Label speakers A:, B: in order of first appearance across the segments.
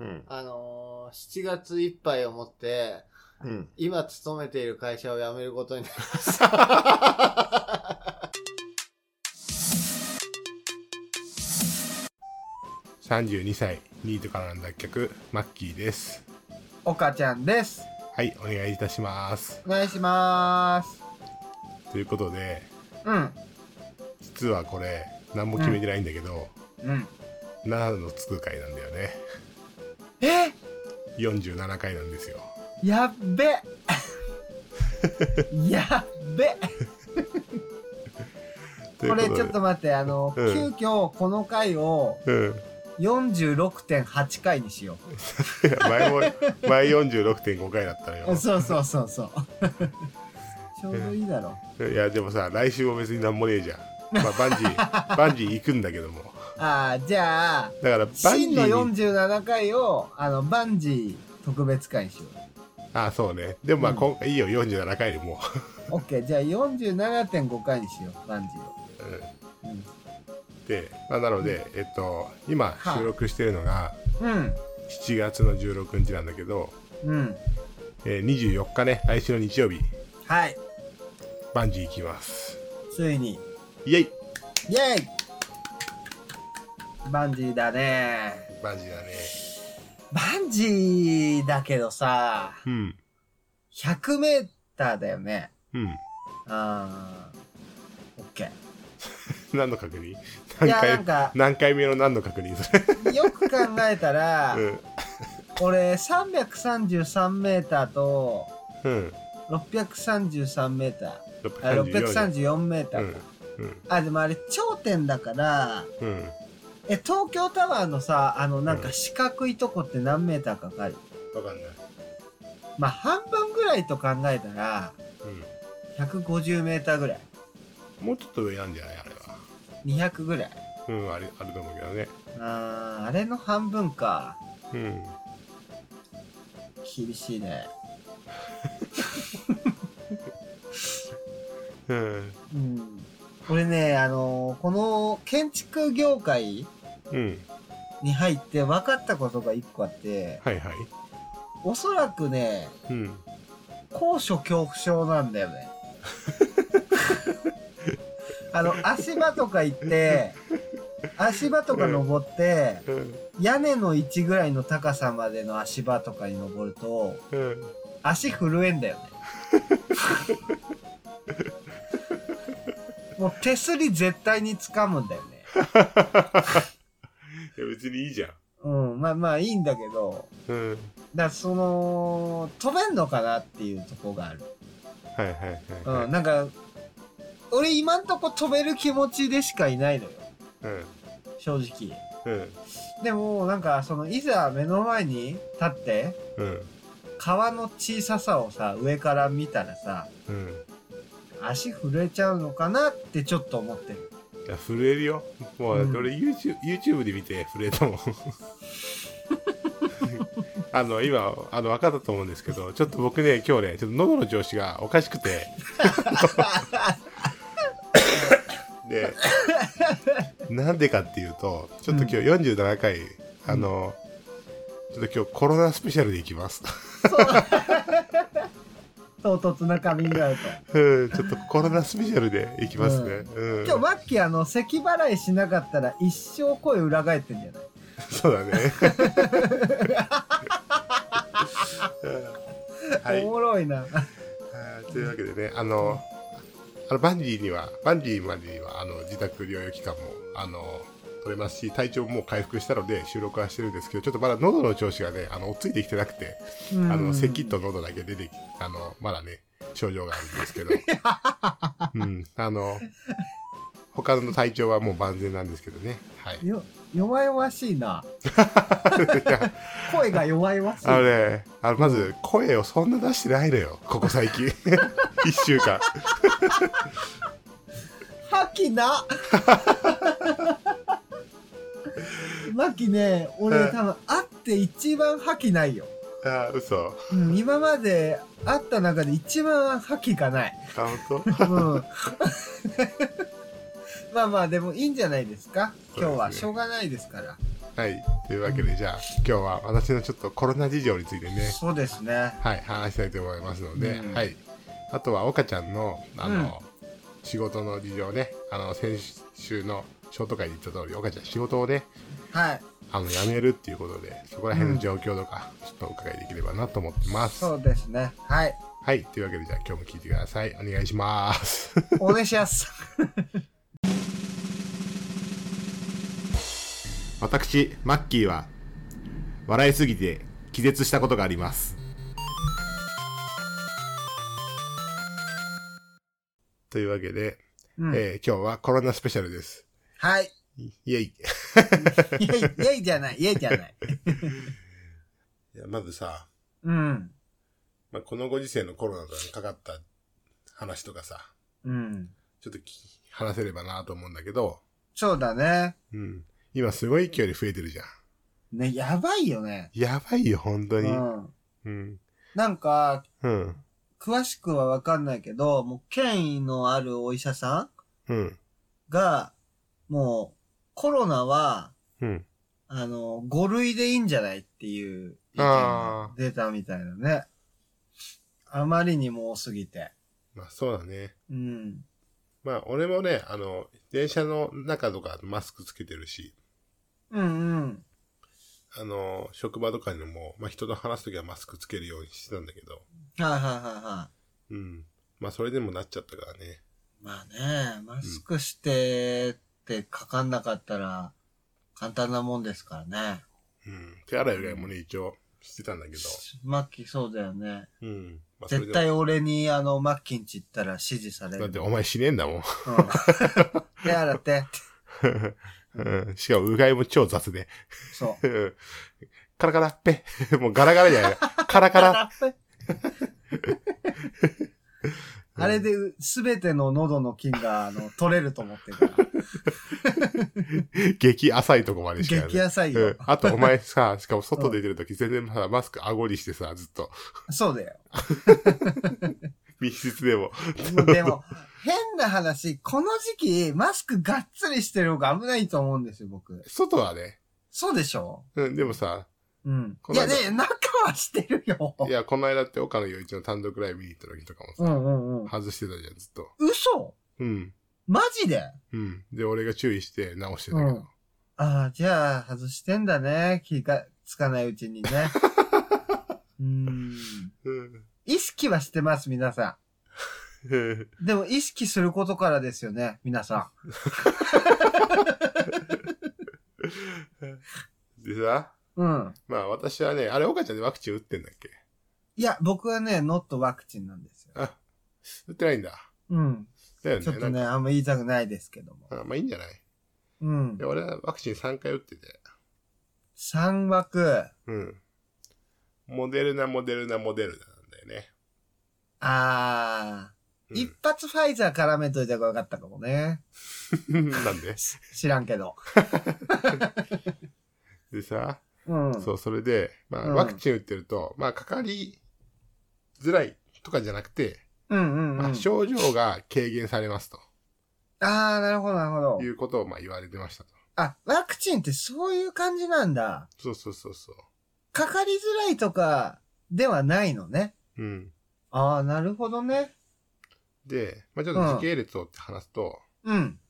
A: うん。
B: あのー、7月いっぱいをもって、
A: うん。
B: 今勤めている会社を辞めることになりました。
C: 32歳ニートからの脱却マッキーです
D: 岡ちゃんです。
C: はいお願いいたします
D: お願いします。
C: ということで
D: うん。
C: 実はこれ何も決めてないんだけど、
D: うん。
C: 7のつく回なんだよね
D: え
C: 47回なんですよ
D: やっ べやっべ
C: とい
D: こ
C: う
D: れ
C: とで
D: ちょっと待って、あの、
C: うん
D: 急遽この回を
C: うん
D: 46.8回にしよ
C: 前も前46.5回だったの
D: う。
C: よ
D: そうそうそう そう。ちょうどいいだろ
C: いやでもさ来週も別に何もねえじゃん、まあ、バンジ ーバンジー行くんだけども
D: う。ああ、じゃあ、
C: だからバンジ
D: 真の
C: ーに
D: 47回を、あの、バンジー特別回にしよう。
C: あそうねでもまあ今回いいよ47回でも
D: オッケー、じゃあ47.5回にしよう、バンジー
C: う、
D: を。
C: で、まあ、なので、えっと今収録してるのが
D: うん。
C: 7月の16日なんだけど、
D: うん。うん。
C: えー24日ね来週の日曜日
D: はい。
C: バンジー行きます
D: ついに。
C: イエイ
D: イェイバンジーだね
C: バンジーだね
D: バンジーだけどさ、
C: うん
D: 100メーターだよね。
C: うん
D: あー、オッ ケ
C: 何の確認
D: ー。い
C: 何
D: や、
C: 回
D: なんか、
C: 何回目の何の確認それ、
D: よく考えたら、
C: うん
D: 俺333メーターと
C: うん
D: 633メーター、あ
C: 634
D: 634メータ
C: う
D: ー
C: ん
D: か。
C: うん
D: あ、でもあれ頂点だから、
C: うん
D: え、東京タワーのさ、あの、なん
C: う
D: か四角いとこって何メーターかかる
C: 分かんない
D: まあ、半分ぐらいと考えたら、150メーターぐらい。
C: うんもうちょっと上なんじゃないあれは
D: 200ぐらい。
C: うんあれあると思うけどね
D: あー、あれの半分か。
C: うん
D: 厳しいね。
C: うん
D: うん。俺ね、あのーこの建築業界
C: うん
D: に入って分かったことが一個あって、
C: はいはい
D: おそらくね、
C: うん
D: 高所恐怖症なんだよね。 あの、足場とか行って、足場とか登って、
C: うん
D: 屋根の位置ぐらいの高さまでの足場とかに登ると、
C: うん
D: 足震えんだよね。もう手すり絶対に掴むんだよね。
C: いや別にいいじゃん
D: うん、まあまあいいんだけど、
C: うん
D: だからその、飛べんのかなっていうとこがある。
C: はいはいはい、は
D: うん、なんか、俺今んとこ飛べる気持ちでしかいないのよ。
C: いうん
D: 正直。
C: うん
D: でも、なんか、その、いざ目の前に立って、
C: うん
D: 川の小ささをさ、上から見たらさ、
C: うん
D: 足震えちゃうのかなってちょっと思ってる。
C: いや震えるよもう、
D: うん
C: 俺 YouTube, YouTube で見て震えた もんあの今あの分かったと思うんですけどちょっと僕ね今日ねちょっと喉の調子がおかしくて でなんでかっていうとちょっと今日47回、あのちょっと今日コロナスペシャルでいきます
D: 唐突なカミングアウト。
C: うんちょっとコロナスペシャルでいきますね、うん
D: 今日、マッキー、あの、咳払いしなかったら一生声裏返ってんじゃない
C: そうだね。は
D: お
C: い
D: もろい な。
C: あー。というわけでね、あの、あのバンジーには、バンジーまでには、あの、自宅療養期間も、あの、取れますし、体調も回復したので、収録はしてるんですけど、ちょっとまだ喉の調子がね、あの、ついてきてなくて、あ
D: う
C: の、
D: ん
C: 咳と喉だけ出てき、あの、まだね、症状があるんで すけど、うん、あの、他の体調はもう万全なんですけどね、はい。
D: よ、弱々しい な。
C: いや
D: 声が弱々しい。
C: あのね、あのまず声をそんな出してないのよ、ここ最近。1週間。
D: 覇気 なマッキーね、
C: う
D: 俺
C: ん
D: 多分会って一番覇気ないよ。
C: あー、嘘。
D: うん、今まで会った中で一番覇気がない。
C: あ、本
D: うん。 まあまあ、でもいいんじゃないですか。今日
C: そう
D: は
C: ですね
D: しょうがないですから。
C: はい。というわけで、じゃあ、今日は私のちょっとコロナ事情についてね、
D: そうですね。
C: はい、話したいと思いますので、
D: うん
C: はい。あとは、岡ちゃんの、あの、仕事の事情ね、あの、先週のショート会で言った通り、岡ちゃん仕事をね、
D: はい。
C: あの、辞めるっていうことで、そこら辺の状況とか、ちょっとお伺いできればなと思ってます。
D: そうですね。はい。
C: はい。というわけで、じゃあ今日も聞いてください。お願いします。
D: お願いし ます。
A: 私マッキーは笑いすぎて気絶したことがあります
C: というわけで、
D: うん
C: えー今日はコロナスペシャルです。
D: はい。
C: イェイ。い
D: イェイ、イェイじゃない、イェイじゃない。
C: やまずさ、
D: うん。
C: まあ、このご時世のコロナとかにかかった話とかさ、
D: うん。
C: ちょっとき話せればなと思うんだけど、
D: そうだね。
C: うん。今すごい勢いで増えてるじゃん。
D: ね、やばいよね。
C: やばいよ、本当
D: う
C: に。
D: ん。
C: うん。
D: なんか、
C: うん。
D: 詳しくはわかんないけど、もう権威のあるお医者さん
C: うん。
D: が、もう、コロナは、
C: うん。
D: あの、5類でいいんじゃないっていう意見
C: あ
D: が出たみたいなね。あまりにも多すぎて。
C: まあ、そうだね。
D: うん。
C: まあ、俺もね、あの、電車の中とかマスクつけてるし、
D: うんうん。
C: あの、職場とかにも、まあ、人と話すときはマスクつけるようにしてたんだけど、
D: はいはいはいは
C: うん。まあ、それでもなっちゃったからね。
D: い。まあね、マスクしてってかかんなかったら、簡単なもんですからね。
C: うん。手洗いうがいもね、一応してたんだけど、
D: マッキーそうだよね。
C: うん。まあ、それで
D: 絶
C: も
D: 対俺にあの、マッキーんち行ったら指示され
C: だっ
D: る。
C: てお前死ねえんだもん。
D: うん手洗って。
C: うんしかも、うがいも超雑で。
D: そう。
C: うんカラカラ、ペッ。もうガラガラじゃない。カラカラ。
D: あれで、すべての喉の菌が、あの、取れると思ってるから。
C: 激浅いとこまでしかやる
D: 激野菜
C: う
D: よ
C: ん。。あと、お前さ、しかも外出てるとき全然まだマスク顎にしてさ、ずっと。
D: そうだよ。
C: 密室でも。
D: でも、変な話、この時期、マスクがっつりしてる方が危ないと思うんですよ、僕。
C: 外はね。
D: そうでしょ
C: うん、でもさ、
D: うん。
C: こ
D: い
C: の
D: や
C: 間
D: ね、中はしてるよ。
C: いや、この間って岡野陽一の単独ライブ見に行った時とかも
D: う
C: さ、
D: んうんうん。
C: 外してたじゃん、ずっと。
D: 嘘
C: うん。
D: マジで
C: うん。で、俺が注意して直してたけ
D: うん
C: ど。
D: ああ、じゃあ、外してんだね。気がつかないうち にね。うーん。
C: うん。
D: 意識はしてます、皆さん。でも意識することからですよね、皆さ
C: でさ、
D: ん。うん。
C: まあ私はね、あれ岡ちゃんでワクチン打ってんだっけ
D: いや、僕はね、ノットワクチンなんですよ。
C: あ、打ってないんだ。
D: うん。
C: だよね。
D: ちょっと
C: なん
D: ね、
C: か
D: あんま言いたくないですけども。
C: あまあいいんじゃない
D: うん
C: で。俺はワクチン3回打ってて。
D: 3枠。
C: うん。モデルナ、モデルナ、モデルナなんだよね。
D: あー、
C: うん
D: 一発ファイザー絡めといた方がよかったかもね。
C: なんで
D: 知らんけど。
C: でさ、
D: うん。
C: そう、それで、まあ、
D: うん
C: ワクチン打ってると、まあ、かかりづらいとかじゃなくて、
D: うんうんうん。
C: まあ、症状が軽減されますと
D: あー、なるほどなるほど
C: い。うことを、まあ、言われてましたと。
D: あ、ワクチンってそういう感じなんだ。
C: そうそうそうそ
D: かかりづらいとかではないのね。
C: う。うん。
D: あー、なるほどね。
C: で、まあ、ちょっと時系列をって話すと、
D: うん。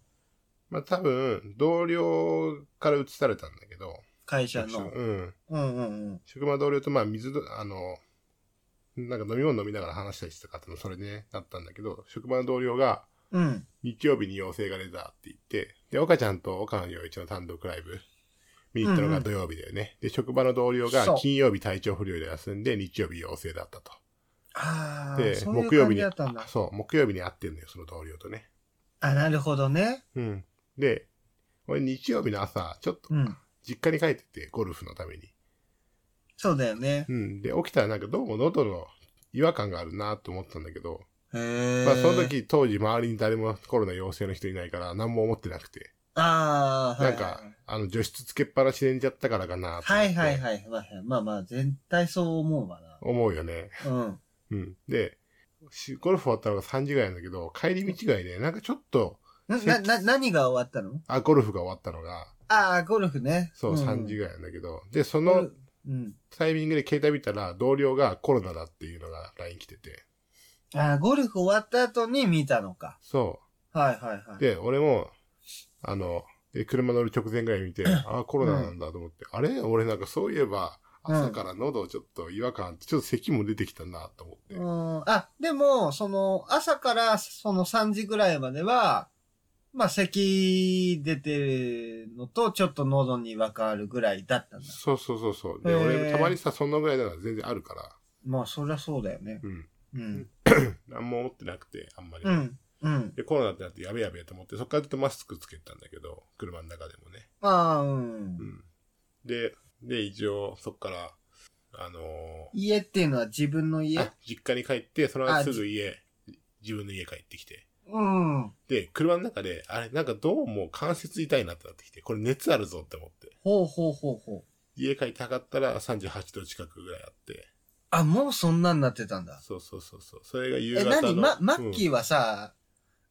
C: まあ、多分、同僚から移されたんだけど、
D: 会社の。
C: うん。
D: うんうんうん。
C: 職場同僚と、まあ、水ど、あの、なんか飲み物飲みながら話したりしてた方のそれでね、だったんだけど、職場の同僚が、
D: うん。
C: 日曜日に陽性が出たって言って、で、岡ちゃんと岡野陽一の単独ライブ、見に行ったの
D: うんう
C: が
D: ん
C: 土曜日だよね。で、職場の同僚
D: そ
C: が
D: う
C: 金曜日体調不良で休んで、日曜日陽性だったと。
D: ああ、
C: で、
D: そういう
C: 木曜
D: 感
C: 日
D: じ
C: に
D: だったんだ
C: あ。そう、木曜日に会ってんのよ、その同僚とね。
D: あ、なるほどね。
C: うん。で、俺日曜日の朝、ちょっと
D: うん。
C: 実家に帰ってて、ゴルフのために。
D: そうだよね。
C: うん。で、起きたらなんかどうも喉の違和感があるなと思ったんだけど、
D: へえ。
C: まあその。時当時周りに誰もコロナ陽性の人いないから何も思ってなくて、
D: ああ、は
C: ないんか、あの、除湿つけっぱなしで寝ちゃったからかなと思
D: は
C: っ
D: い
C: て
D: はいはい。まあまあまあ、全体そう思うわな。
C: 思うよね。
D: うん。
C: うん。で、しゴルフ終わったのが3時ぐらいなんだけど、帰り道ぐらいで、なんかちょっと、
D: な、な、な、何が終わったの
C: あ、ゴルフが終わったのが、
D: ああ、ゴルフね。
C: そう、
D: ん
C: 3時ぐらいなんだけど、で、そ
D: ゴ
C: の
D: ルうん。
C: タイミングで携帯見たら、同僚がコロナだっていうのが LINE 来てて、
D: ああ、ゴルフ終わった後に見たのか。
C: そ
D: はいはいは
C: う。
D: い。
C: で、俺も、あの、で車乗る直前ぐらい見て、ああ、コロナなんだと思って、あれ俺なんかそういえば、朝から喉ちょっと違和感あって、ちょっと咳も出てきたなと思って。
D: うん。あ、でも、その、朝からその3時ぐらいまでは、まあ、咳出てるのと、ちょっと喉にわかるぐらいだったんだ。
C: そうそうそうそう。で、
D: へー
C: 俺、たまにさ、そんなぐらいなら全然あるから、
D: まあ、そりゃそうだよね。
C: うん。
D: うん。
C: なんも思ってなくて、あんまり。
D: うん。うん。
C: で、コロナってなって、やべやべと思って、そっからずっとマスクつけてたんだけど、車の中でもね。
D: ああ、うん
C: う。ん。で、で、一応、そっから、あの
D: 家っていうのは自分の
C: ー
D: 家
C: あ実家に帰って、その後
D: あ
C: すぐ家、自分の家帰ってきて。
D: うん。
C: で、車の中で、あれ、なんかどうも関節痛いなってなってきて、これ熱あるぞって思って。
D: ほうほうほうほう。
C: 家帰って測ったら38度近くぐらいあって。
D: あ、もうそんなんなってたんだ。
C: そうそうそうそう。それが夕
D: え、
C: 方の。
D: なにま、マ
C: うん
D: ッキーはさ、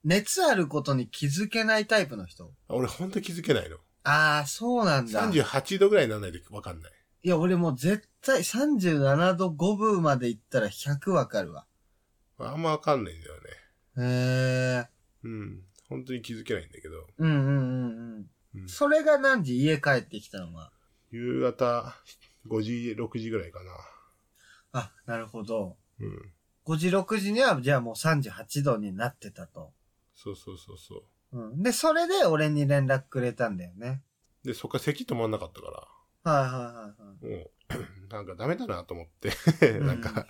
D: 熱あることに気づけないタイプの人
C: 俺ほんと気づけないの。
D: ああ、そうなんだ。い
C: 38度ぐらいにならないとわかんない。
D: や、俺もう絶対37度5分まで行ったら100わかるわ。
C: あんまわかんないんだよね。
D: へえ。
C: うん。本当に気づけないんだけど。
D: うんうんうん
C: う
D: うんん。それが何時家帰ってきたのは。
C: 夕方5時、6時ぐらいかな。
D: あ、なるほど。
C: うん。
D: 5時6時には、じゃあもう38度になってたと。
C: そうそうそうそう。
D: うん。で、それで俺に連絡くれたんだよね。
C: で、そっから咳止まんなかったか
D: はいはいはいはい。
C: ら、もう、なんかダメだなと思って、
D: うん
C: なんか、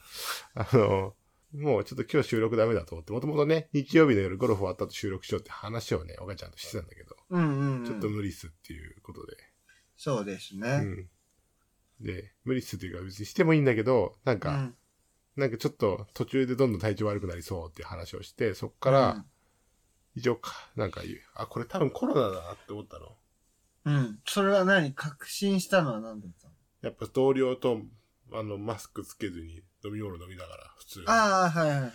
C: あの、もうちょっと今日収録ダメだと思って、もともとね、日曜日の夜ゴルフ終わった後収録しようって話をね、お母ちゃんとしてたんだけど、
D: うんうん、うん。
C: ちょっと無理っすっていうことで。
D: そうです
C: う
D: ね。
C: ん。で、無理っすっていうか別にしてもいいんだけど、なん
D: う
C: か、
D: ん。
C: なんかちょっと途中でどんどん体調悪くなりそうっていう話をして、そっ
D: か
C: か、、
D: ら
C: 一応か、なんか言う、あ、これ多分コロナだなって思ったの。
D: うん。それは何確信したのは何だったの
C: やっぱ同僚と、あの、マスクつけずに飲み物飲みながら、普通に。
D: ああ、はいはいはい。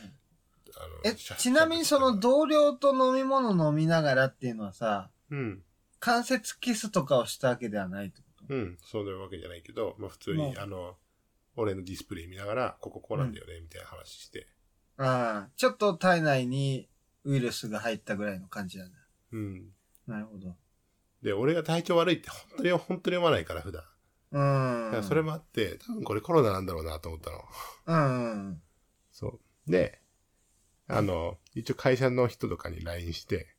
C: あの
D: え、
C: シャ
D: ちなみにその
C: シャツ着て
D: 同僚と飲み物飲みながらっていうのはさ、
C: うん。
D: 関節キスとかをしたわけではないってこと
C: うん。そういうわけじゃないけど、まあ普通
D: も
C: に、
D: う
C: あの、俺のディスプレイ見ながら、こここうなんだよね、みたいな話して。
D: ああ、ちょっと体内にウイルスが入ったぐらいの感じなんだ。
C: うん。
D: なるほど。
C: で、俺が体調悪いって本当に本当に思わないから、普段。
D: う
C: だ
D: ー
C: から
D: ん。
C: それもあって、多分これコロナなんだろうなと思ったの。
D: うんうん
C: そう。で、あの、一応会社の人とかに LINE して、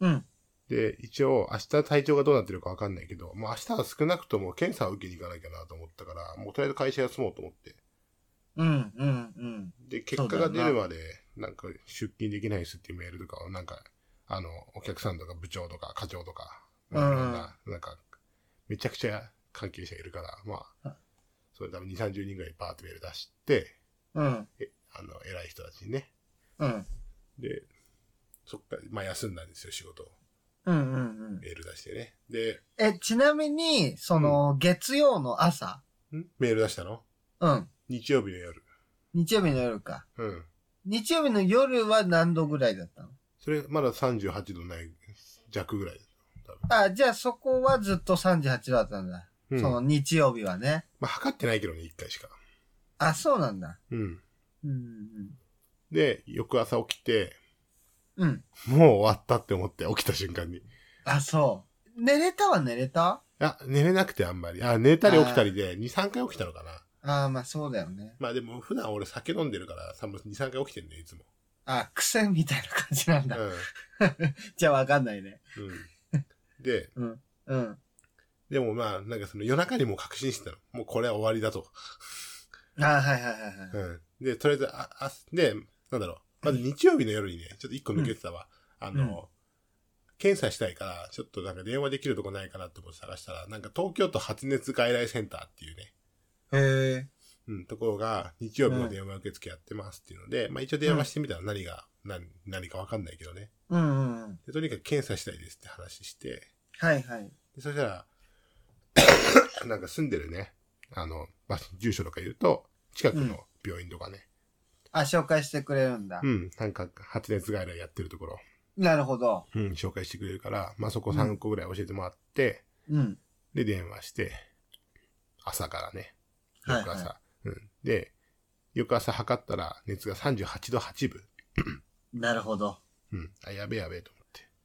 D: うん。うん。
C: で、一応、明日体調がどうなってるかわかんないけど、もう明日は少なくとも検査を受けに行かなきゃなと思ったから、もうとりあえず会社休もうと思って。
D: うん。うん。うん。
C: で、結果が出るまで、なんか出勤できないですっていうメールとかを、なんか、あの、お客さんとか部長とか課長とか、
D: うん
C: まあいろんな、なんか、めちゃくちゃ関係者いるから、まあ
D: あ、
C: それ多分2、30人ぐらいバーってメール出して、
D: うん。
C: えあの、偉い人たちにね。
D: うん。
C: で、そっから、まあ休んだんですよ、仕事を。
D: うん。うん。うん。
C: メール出してね。で、
D: え、ちなみに、その、月曜の朝。
C: んメール出したの
D: うん。
C: 日曜日の夜。
D: 日曜日の夜か。
C: うん。
D: 日曜日の夜は何度ぐらいだったの
C: それ、まだ38度ない弱ぐらい。
D: あ、じゃあそこはずっと38度だったんだ。
C: うん。
D: その
C: ま
D: 日曜日はね。
C: あ、測ってないけどね、一回しか。
D: あ、そうなんだ。
C: うん。
D: うん
C: で、翌朝起きて、
D: うん。うん。
C: もう終わったって思って、起きた瞬間に。
D: あ、そう。寝れたは寝れた
C: あ、寝れなくてあんまり。あ、寝たり起きたりで、2、3回起きたのかな。
D: あーまあそうだよね。
C: まあでも、普段俺酒飲んでるから、さもう2、3回起きてんね、いつも。
D: あ、癖みたいな感じなんだ。
C: う
D: じゃあわかんないね。
C: ん。うん。で、
D: うん。
C: でもまあ、なんかその夜中にもう確信してたの。もうこれは終わりだと。
D: あはいはいはいはいはい。
C: うん。で、とりあえず、あ、あ、で、なんだろう。まず日曜日の夜にね、ちょっと一個抜けてたわ。あの、検査したいから、ちょっとなんか電話できるとこないかなって思って探したら、なんか東京都発熱外来センターっていうね、
D: へえ。
C: うん、ところが、日曜日の電話受付やってますっていうので、まあ一応電話してみたら何が、何、何かわかんないけどね。
D: うんうんうん。
C: でとにかく検査したいですって話して、
D: はいはい。
C: でそしたら、 なんか住んでるね、あの、場所住所とか言うと、近くの病院とかね、
D: あ、紹介してくれるんだ。
C: うん、なんか発熱外来やってるところ、
D: なるほど。
C: うん、紹介してくれるから、まあそこ3個ぐらい教えてもらって、
D: うん。
C: で、電話して、朝から
D: は
C: ね。
D: い
C: 翌
D: はい
C: 朝。うん。で、翌朝測ったら熱が38度8分。
D: なるほど。
C: うん。あ、やべえやべえと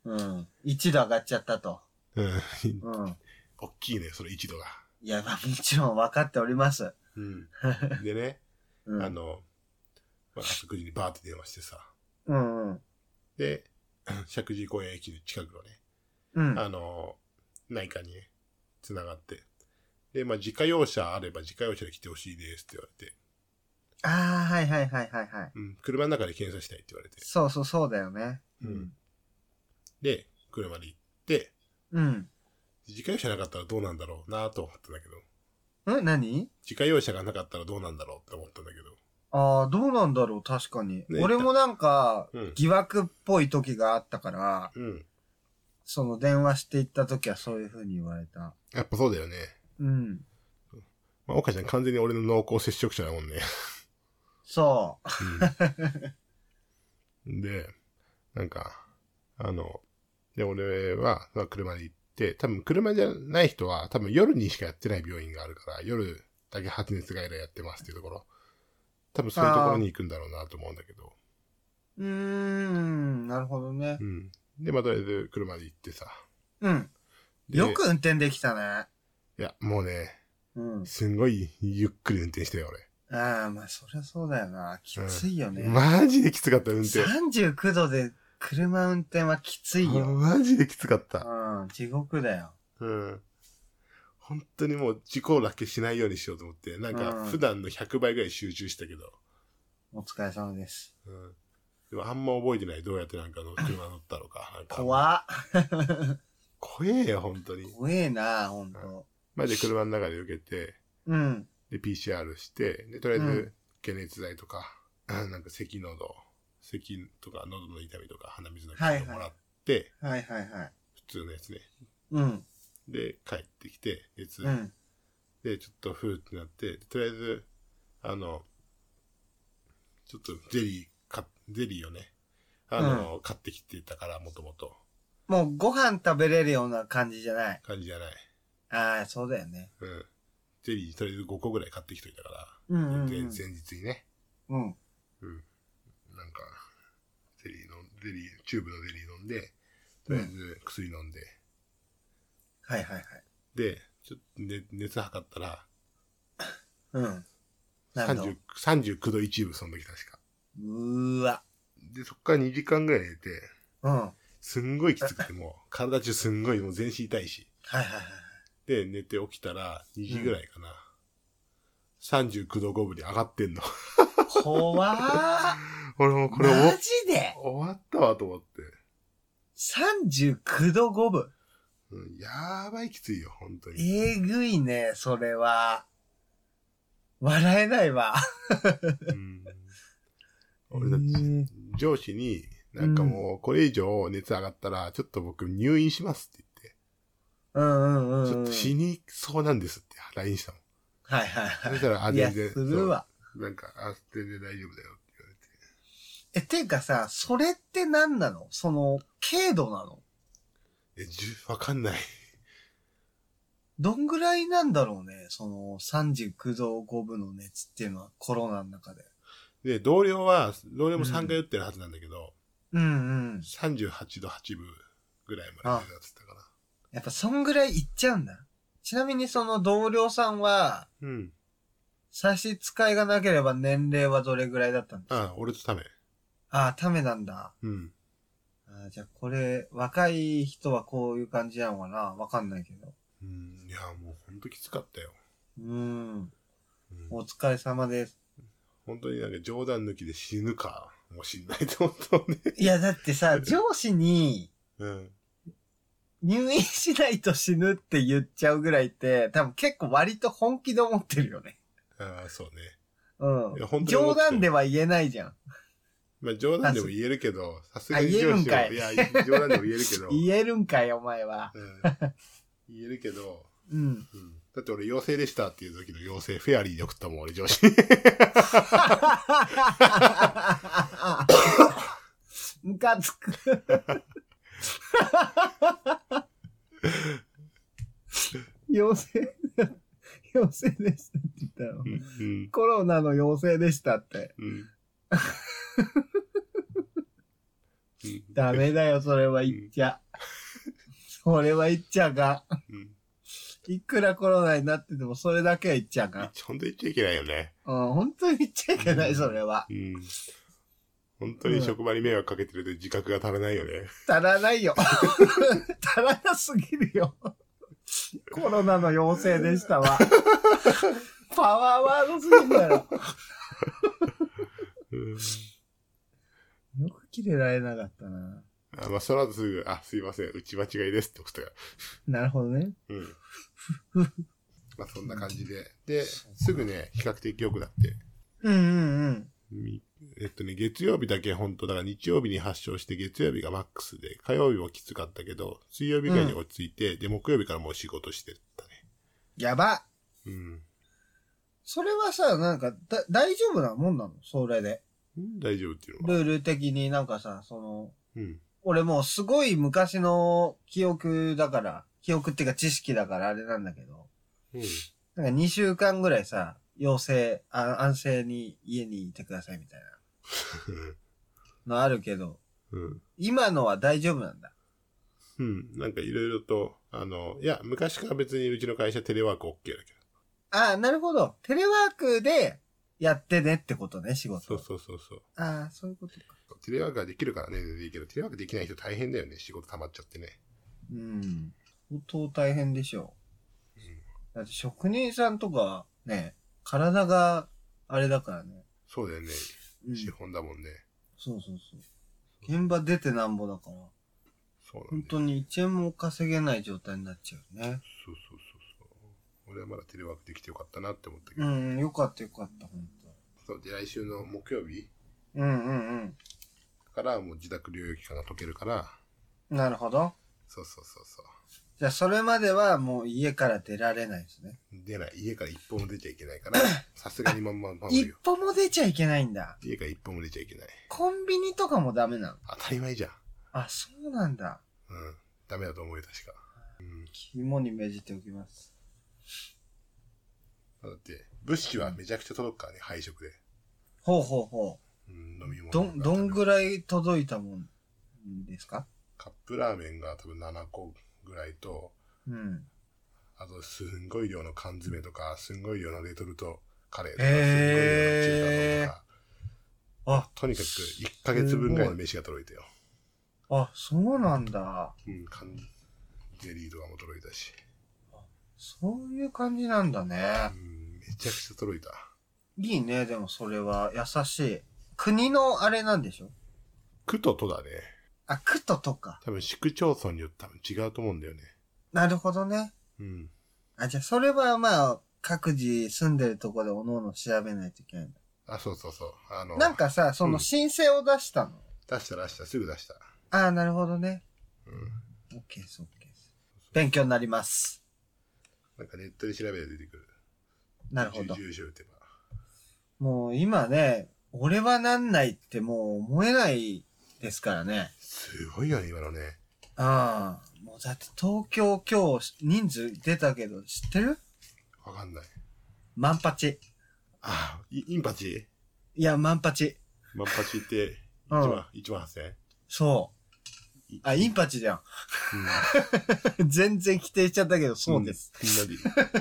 D: うん。一度上がっちゃったと。
C: 思って。うん。
D: うん。
C: 大きいね、その1度が。
D: いや、まあもちろん分かっております。
C: うん。でね、
D: うん。
C: あの、まあ、朝9時にバーって電話してさ。
D: うんうん。
C: で、 石神井公園駅の近くのね、
D: うん。
C: あの、内科にね、繋がって。で、まあ、自家用車あれば自家用車で来てほしいですって言われて。
D: ああ、はいはいはいはいはい。
C: うん。車の中で検査したいって言われて。
D: そうそうそうだよね。
C: うん。で、車で行って、
D: うん。
C: 自家用車なかったらどうなんだろうなと思ったんだけど、
D: うん何
C: 自家用車がなかったらどうなんだろうって思ったんだけど、
D: ああ、どうなんだろう、確かに。
C: ね
D: 俺もなんか、
C: うん。
D: 疑惑っぽい時があったから、
C: うん。
D: その電話していった時はそういう風に言われた。
C: やっぱそうだよね。
D: うん。
C: まあ、岡ちゃん完全に俺の濃厚接触者だもんね。
D: そ
C: で、なんか、あの、で、俺は、まあ、車で行って、多分車じゃない人は、多分夜にしかやってない病院があるから、夜だけ発熱外来やってますっていうところ、多分そういうところに行くんだろうなと思うんだけど、
D: う。うーん、なるほどね
C: う。ん。で、まあ、とりあえず車で行ってさ。
D: うん。
C: で
D: よく運転できたね。
C: いや、もうね、
D: うん。
C: すんごいゆっくり運転したよ、
D: ああ、まあ、そりゃそうだよな。きついよね。
C: 俺。マジできつかった、運転。
D: 39度で車運転はきついよ。
C: マジできつかった。
D: うん、地獄だよ。
C: うん。本当にもう事故だけしないようにしようと思って、なん
D: う
C: か
D: ん
C: 普段の100倍ぐらい集中したけど、
D: お疲れ様です。
C: うん。でもあんま覚えてない、どうやってなんかの車乗ったのか。なんか
D: 怖っ。
C: 怖えよ、本当に。
D: 怖えな、ほんと。
C: まあで車の中で受けて、
D: うん。
C: で、PCR して、で、とりあえ
D: う
C: ず
D: ん、
C: 解熱剤とか、 あなんか咳喉、咳とか喉の痛みとか鼻水の
D: はい
C: 薬
D: は
C: を
D: い
C: もらって、
D: はいはいはい。
C: 普通のやつね。
D: うん。
C: で、帰ってきて、熱、
D: うん。
C: で、ちょっとふーってなって、とりあえず、あの、ちょっとゼリーか、ゼリーをね、あの、買ってきてたから、もともと。
D: もうご飯食べれるような感じじゃない。
C: 感じじゃない。
D: ああ、そうだよね。
C: うん。ゼリー、とりあえず5個ぐらい買ってきといたから、
D: うんうんうん
C: 前前日にね、
D: うん。
C: なんか、ゼリーの、ゼリー、チューブのゼリー飲んで、とりあえず薬飲んで、
D: はいはいはい。
C: で、ちょっと、ね、熱測ったら、
D: うん。なるほど
C: 30。39度1分、その時確か。
D: うーわ。
C: で、そっから2時間ぐらい寝て、
D: うん。はい
C: すんごいきつくて、 もう、体中すんごい、もう全身痛いし。
D: はいはい。
C: で、寝て起きたら、2時ぐらいかな。39度5分に上がってんの。
D: 怖ー。
C: 俺もう これ
D: マ
C: 終
D: ジで
C: わ終わったわと思って。
D: ?39 度5分。
C: うん、やばいきついよ、本当に。
D: えぐいね、それは。笑えないわ。
C: うん、俺だって、
D: えー
C: 上司に、なんかもう、これ以上熱上がったら、ちょっと僕入院しますって
D: うんうんうんうん。
C: 言って、ちょっと死にそうなんですって LINE したもん。
D: はいはいは
C: そしたら、あ、
D: い。いや、
C: 全然、
D: するわ。
C: そうなんか、あ、全然大丈夫だよって言われて。
D: え、ていうかさ、それって何なのその、軽度なの
C: え、じゅ、わかんない。
D: どんぐらいなんだろうねその、39度5分の熱っていうのはコロナの中で。
C: で、同僚は、同僚も
D: うん
C: 3回打ってるはずなんだけど、
D: うんうん。
C: 38度8分ぐらいまで出ってたか
D: やっぱそんぐらいいっちゃうんだ。ちなみにその同僚さんは、
C: ら。うん。
D: 差し支えがなければ年齢はどれぐらいだったんですか
C: あ俺とタメ。
D: ああ、ためなんだ。
C: うん。
D: ああじゃあこれ、若い人はこういう感じなのかなわかんないけど。
C: うん。いや、もうほんときつかったよ。
D: うーん。
C: うん
D: お疲れ様です。
C: 本当になんか冗談抜きで死ぬかもしんないと思ったも んね。
D: いや、だってさ、上司に
C: うん。
D: 入院しないと死ぬって言っちゃうぐらいって、多分結構割と本気で思ってるよね。
C: ああ、そうね。
D: うん
C: いや本。当に思
D: 冗
C: ってる
D: 談では言えないじゃん。
C: まあ冗談でも言えるけど、さすが
D: あ
C: に
D: 言えるんかい
C: いや、冗談でも言えるけ ど。
D: 言えるんかい、お前は。
C: うん、言えるけど、
D: うん。
C: うん、だって俺陽性でしたっていう時の陽性フェアリーで送ったもん、俺上司に。
D: ムカ つく。陽性、陽性でしたって言ったよ
C: う。ん
D: コロナの陽性でしたって。
C: うん うんうん
D: ダメだよ、それは言っちゃ。それは言っちゃが。
C: うん
D: いくらコロナになってても、それだけは言っちゃ が。
C: ほんと言っちゃいけないよね。
D: うん、本当に言っちゃいけない、それは。
C: うん。本当に職場に迷惑かけてるで自覚が足らないよね。
D: 足らないよ。 足らなすぎるよ。コロナの陽性でしたわ。パワーワードすぎるだろ。
C: うん
D: よく切れられなかったな。
C: あまあ、その後すぐ、あ、すいません、打ち間違いですってことが。
D: なるほどね。
C: うん。まあ、そんな感じで。で、すぐね、比較的良くなって。
D: うんうんうん。
C: みえっとね、月曜日だけ本当だから日曜日に発症して月曜日がマックスで、火曜日もきつかったけど、水曜日ぐらいに落ち着いて、で、木曜日からもう仕事してたね。
D: やば。
C: うん。
D: それはさ、なんか、だ、大丈夫なもんなのそれで。
C: うん大丈夫っていうのは。
D: ルール的になんかさ、その、
C: うん。
D: 俺もうすごい昔の記憶だから、記憶っていうか知識だからあれなんだけど、
C: うん。
D: なんか2週間ぐらいさ、陽性、あ安静に家にいてくださいみたいなのあるけど、
C: うん。
D: 今のは大丈夫なんだ。
C: うん。なんかいろいろと、あの、いや、昔から別にうちの会社テレワーク OK だけ
D: ああ、なるほど。テレワークでやってねってことね、仕
C: ど。
D: 事。
C: そうそうそうそう。
D: ああ、そういうことか。
C: テレワークができるからね、全然いいけど、テレワークできない人大変だよね、仕事溜まっちゃってね。
D: うん。相当大変でしょう。だって職人さんとか、ね、体があれだからね。
C: そうだよね。
D: うん。
C: 資
D: そう
C: 本だもんね。
D: そうそう。現場出てなんぼだから、
C: そうなん
D: 本
C: だよ。
D: 当に1円も稼げない状態になっちゃうね。
C: そうそうそうそう。俺はまだテレワークできてよかったなって思ったけ
D: う
C: ど。
D: ん、よかったよかった、本
C: そうで、来週の木曜日
D: 当。うんうん
C: からもう自宅療養期間が解けるから、
D: うん。なるほど。
C: そうそうそうそう。
D: じゃあ、それまではもう家から出られないですね。
C: 出ない。家から一歩も出ちゃいけない から、さすがにまんま守
D: 一
C: るよ。
D: 歩も出ちゃいけないんだ。
C: 家から一歩も出ちゃいけない。
D: コンビニとかもダメなの。
C: 当たり前じゃん。
D: あ、そうなんだ。
C: うん。ダメだと思うよ、確か。
D: 肝に銘じておきます。
C: だって、物資はめちゃくちゃ届くからね、配食で。
D: ほうほうほう。
C: うん、飲み物
D: どん、どん
C: らい
D: ぐらい届いたもんですか
C: カップラーメンが多分7個ぐらいと、
D: うん。
C: あとすんごい量の缶詰とか、すんごい量のレトルトカレーとか、
D: へー
C: すんごい量の中華丼とか、
D: あ、
C: とにかく1ヶ月分ぐらいの飯が届いたよ。
D: あ、そうなんだ。
C: うん、缶ゼリーとかも届いたし。
D: そういう感じなんだね
C: う。ん、めちゃくちゃ届いた。
D: いいね、でもそれは優しい。国のあれなんでしょ
C: 区と都だね。
D: あ、区都とか。
C: 多分市区町村によって多分違うと思うんだよね。
D: なるほどね。
C: うん。
D: あ、じゃあそれはまあ、各自住んでるとこでおのおの調べないといけないんだ。
C: あ、そうそうそう。あの、
D: なんかさ、そうの
C: ん
D: 申請を出したの。
C: 出した出した、すぐ出した。
D: ああ、なるほどね。
C: うん。
D: オッケーです、オッケーです。勉強になります。
C: なんかネットで調べて出てくる。
D: なるほど。
C: 住所打てば。
D: もう今ね、俺はなんないってもう思えないですからね。
C: すごいよね、今のね。
D: ああ、もうだって東京今日人数出たけど知ってる
C: わかんない。
D: 万八。
C: あ、いインパチ
D: いや、万八。
C: マンパチって、1
D: うん
C: 万、1万8000円
D: そう。あ、インパチじゃん。 全然規定しちゃったけど、そうです。。
C: みんなで。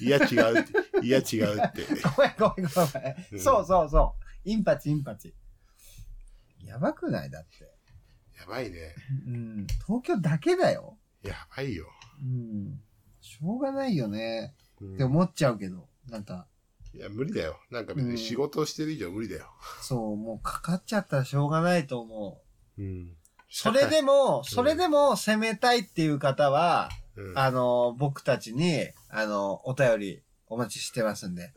C: いや違うって、いや違うって。
D: ごめんごめんごめ。
C: うんん
D: そうそうそう。インパチインパチ。やばくないだって。
C: やばいね。
D: うん。東京だけだよ。
C: やばいよ。
D: うん。しょうがないよね。
C: うん
D: って思っちゃうけど、なんか。
C: いや、無理だよ。なんか別に仕事をしてる以上無理だよ。
D: そう、もうかかっちゃったらしょうがないと思う。
C: うん。
D: それでも、それでも攻めたいっていう方は、
C: うん、
D: あの、僕たちに、あの、お便りお待ちしてますんで。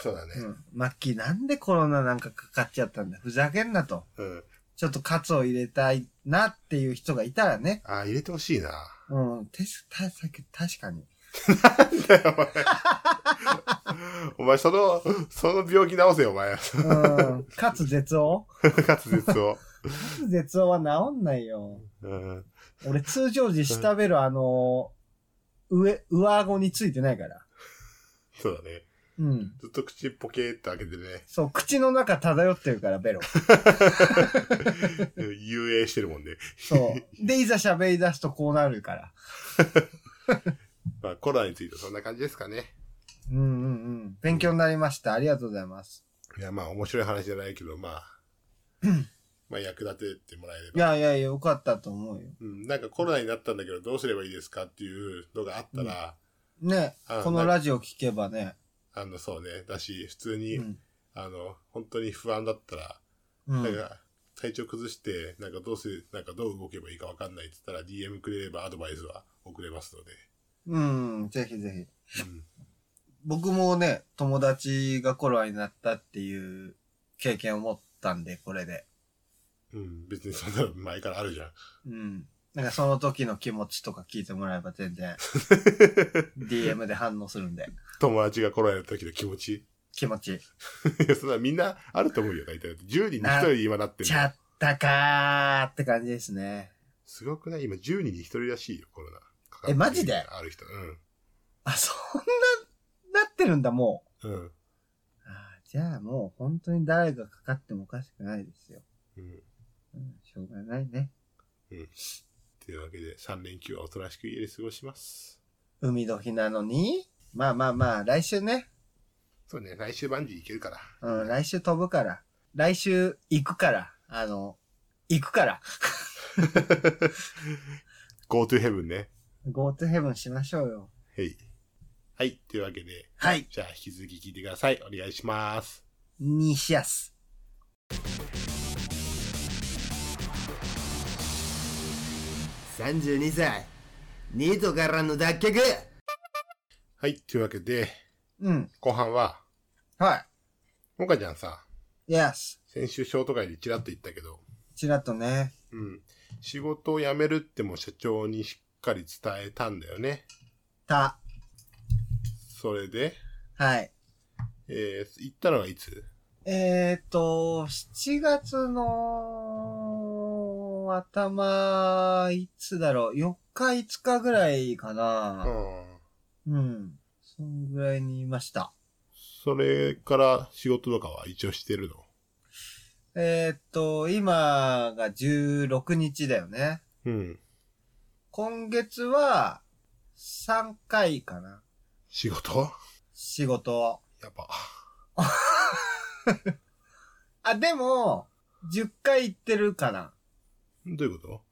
C: そうだね。
D: うん。マッキーなんでコロナなんかかかっちゃったんだふざけんなと。
C: うん。
D: ちょっとカツを入れたいなっていう人がいたらね。
C: あ、入れてほしいな。
D: うん。てすた、た確かに。
C: お前、その、その病気治せよ、お前。
D: うん。カツ絶王
C: 滑舌を。
D: カツ絶王は治んないよ。
C: うん。
D: 俺通常時下べるあの、上、上顎についてないから。
C: そうだね。
D: うん。
C: ずっと口ポケーって開けてね、
D: そう、口の中漂ってるから、ベロ。
C: 遊泳してるもんね。
D: そう。で、いざ喋り出すとこうなるから。
C: まあ、コロナについてはそんな感じですかね。
D: うんうんうん。勉強になりました。ありがとうございます。
C: いや、まあ、面白い話じゃないけど、まあ、まあ、役立ててもらえれ
D: い
C: ば。
D: やいやいや、よかったと思うよ。
C: うん、なんかコロナになったんだけど、どうすればいいですかっていうのがあったら、
D: ね
C: あ、
D: このラジオ聞けばね。
C: あの、そうね、だし、普通に、
D: うん。
C: あの、本当に不安だったら、
D: うん
C: なんか、体調崩して、なんかどうする、なんかどう動けばいいかわかんないって言ったら、DM くれればアドバイスは送れますので。
D: うん、ぜひぜひ。
C: うん
D: 僕もね、友達がコロナになったっていう経験を持ったんで、これで。
C: うん、別にそんなの前からあるじゃん。
D: うん。なんかその時の気持ちとか聞いてもらえば全然、DM で反応するんで、
C: 友達がコロナやった時の気持ち。
D: 気持ち。
C: いや、そんなみんなあると思うよ、大体。10人に1人今なってる
D: ち。ゃったかーって感じですね。
C: すごくない今10人に1人らしいよ、コロナ。かかって
D: え
C: る
D: マジで
C: ある人。う。
D: あ、そんな、なってるんだ、もうん
C: うん。。
D: あーじゃあもう本当に誰がかかってもおかしくないですよ。
C: うん。
D: うん、しょうがないね。
C: というわけで、3連休はおとなしく家で過ごします。
D: 海の日なのに、まあまあまあ、来週ね、
C: そうね、来週バンジー行けるから。
D: うん、来週飛ぶから。来週行くから。あの、行くから。
C: GoTo Heaven ね。
D: GoTo Heaven しましょうよ。
C: はい。はい、というわけで、
D: はい。
C: じゃあ引き続き聞いてください。お願いします。
D: にしやす。
B: 32歳、ニートからの脱却
C: はい、というわけで、
D: うん。
C: 後半は、
D: は
C: もかちゃんさ、
D: い。Yes。
C: 先週ショート会でちらっと言ったけど、
D: ちらっとね。
C: うん。仕事を辞めるっても社長にしっかり伝えたんだよね。
D: た。
C: それで、
D: はい。
C: えー、行ったのはいつ
D: えーと、7月の頭、いつだろう。4日、5日ぐらいか
C: う
D: な。
C: ん。
D: うん。そんぐらいにいました。
C: それから仕事とかは一応してるの
D: えーと、今が16日だよね。
C: うん。
D: 今月は、3回かな。
C: 仕事
D: 仕事を。
C: やば。
D: あ、でも、10回行ってるかな。
C: どういうこ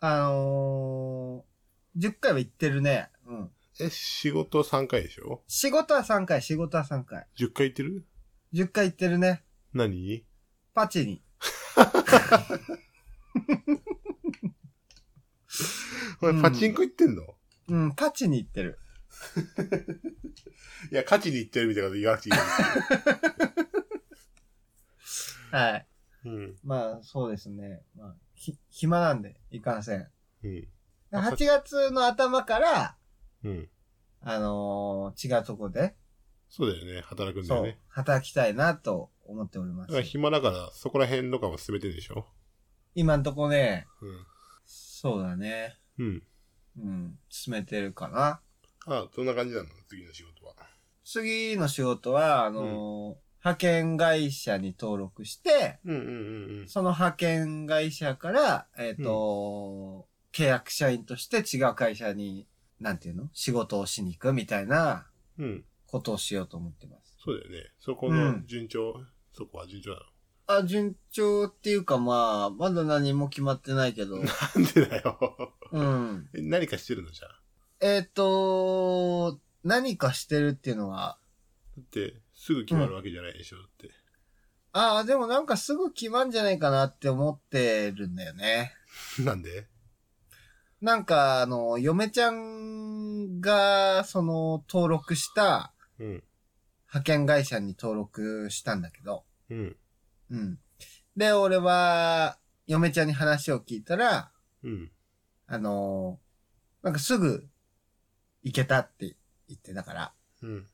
D: あのー、10回は行ってるね。うん。
C: とえ、仕事3回でしょ
D: 仕事は3回、仕事は3回。
C: ?10 回行ってる
D: 10回行ってるね。
C: 何
D: パチに。
C: これパチンコ行ってんの、
D: うん、パチに行ってる。
C: いや、勝ちに行ってるみたいなこと言わなくていいよ。
D: はい。
C: うん。
D: まあ、そうですね。まあ、ひ、暇なんで、いかんせん。
C: うん。
D: 8月の頭から、
C: うん。
D: あのー違うとこで、
C: そうだよね。働くんだ
D: そ
C: よ
D: う
C: ね。、
D: 働きたいなと思っておりま
C: だから
D: す。
C: 暇だから、そこら辺とかも進めてるでしょ
D: 今んとこね、
C: うん。
D: そうだね。
C: うん。
D: うん、進めてるかな。
C: あどんな感じなの次の仕事は。
D: 次の仕事は、あのー派遣会社に登録して、
C: うんうんうんうん。
D: その派遣会社から、えっ、と、契約社員として違う会社に、なんていうの仕事をしに行くみたいな
C: うん。
D: ことをしようと思ってます。
C: そうだよね。そこ
D: う
C: の
D: ん
C: 順調、そこは順調な
D: あ、順調っていうかまあ、まだ何も決まってないけ ど、
C: の。なんでだよ。
D: うん。
C: え何かしてるのじゃあ。
D: えっ、と何かしてるっていうのは、
C: だって、すぐ決まるわけじゃないでしょ、って。
D: ああ、でもなんかすぐ決まんじゃないかなって思ってるんだよね。
C: なんで
D: なんか、あの、嫁ちゃんが、その、登録した、
C: うん。
D: 派遣会社に登録したんだけど、
C: うん。
D: うん。で、俺は、嫁ちゃんに話を聞いたら、
C: うん。
D: あの、なんかすぐ、行けたって言ってたから、
C: うん。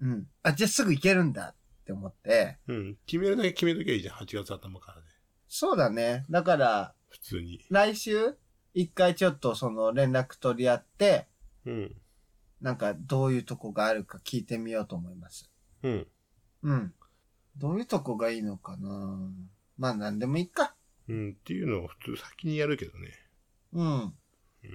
D: うん。あ、じゃあすぐ行けるんだって思って、
C: うん。決めるだけ決めときゃいいじゃん。8月頭からで。
D: そうだね。だから、
C: 普通に。
D: 来週、一回ちょっとその連絡取り合って、
C: うん。
D: なんかどういうとこがあるか聞いてみようと思います。
C: うん。
D: うん。どういうとこがいいのかなまあ何でもいいか。
C: うん、っていうのを普通先にやるけどね。
D: うん。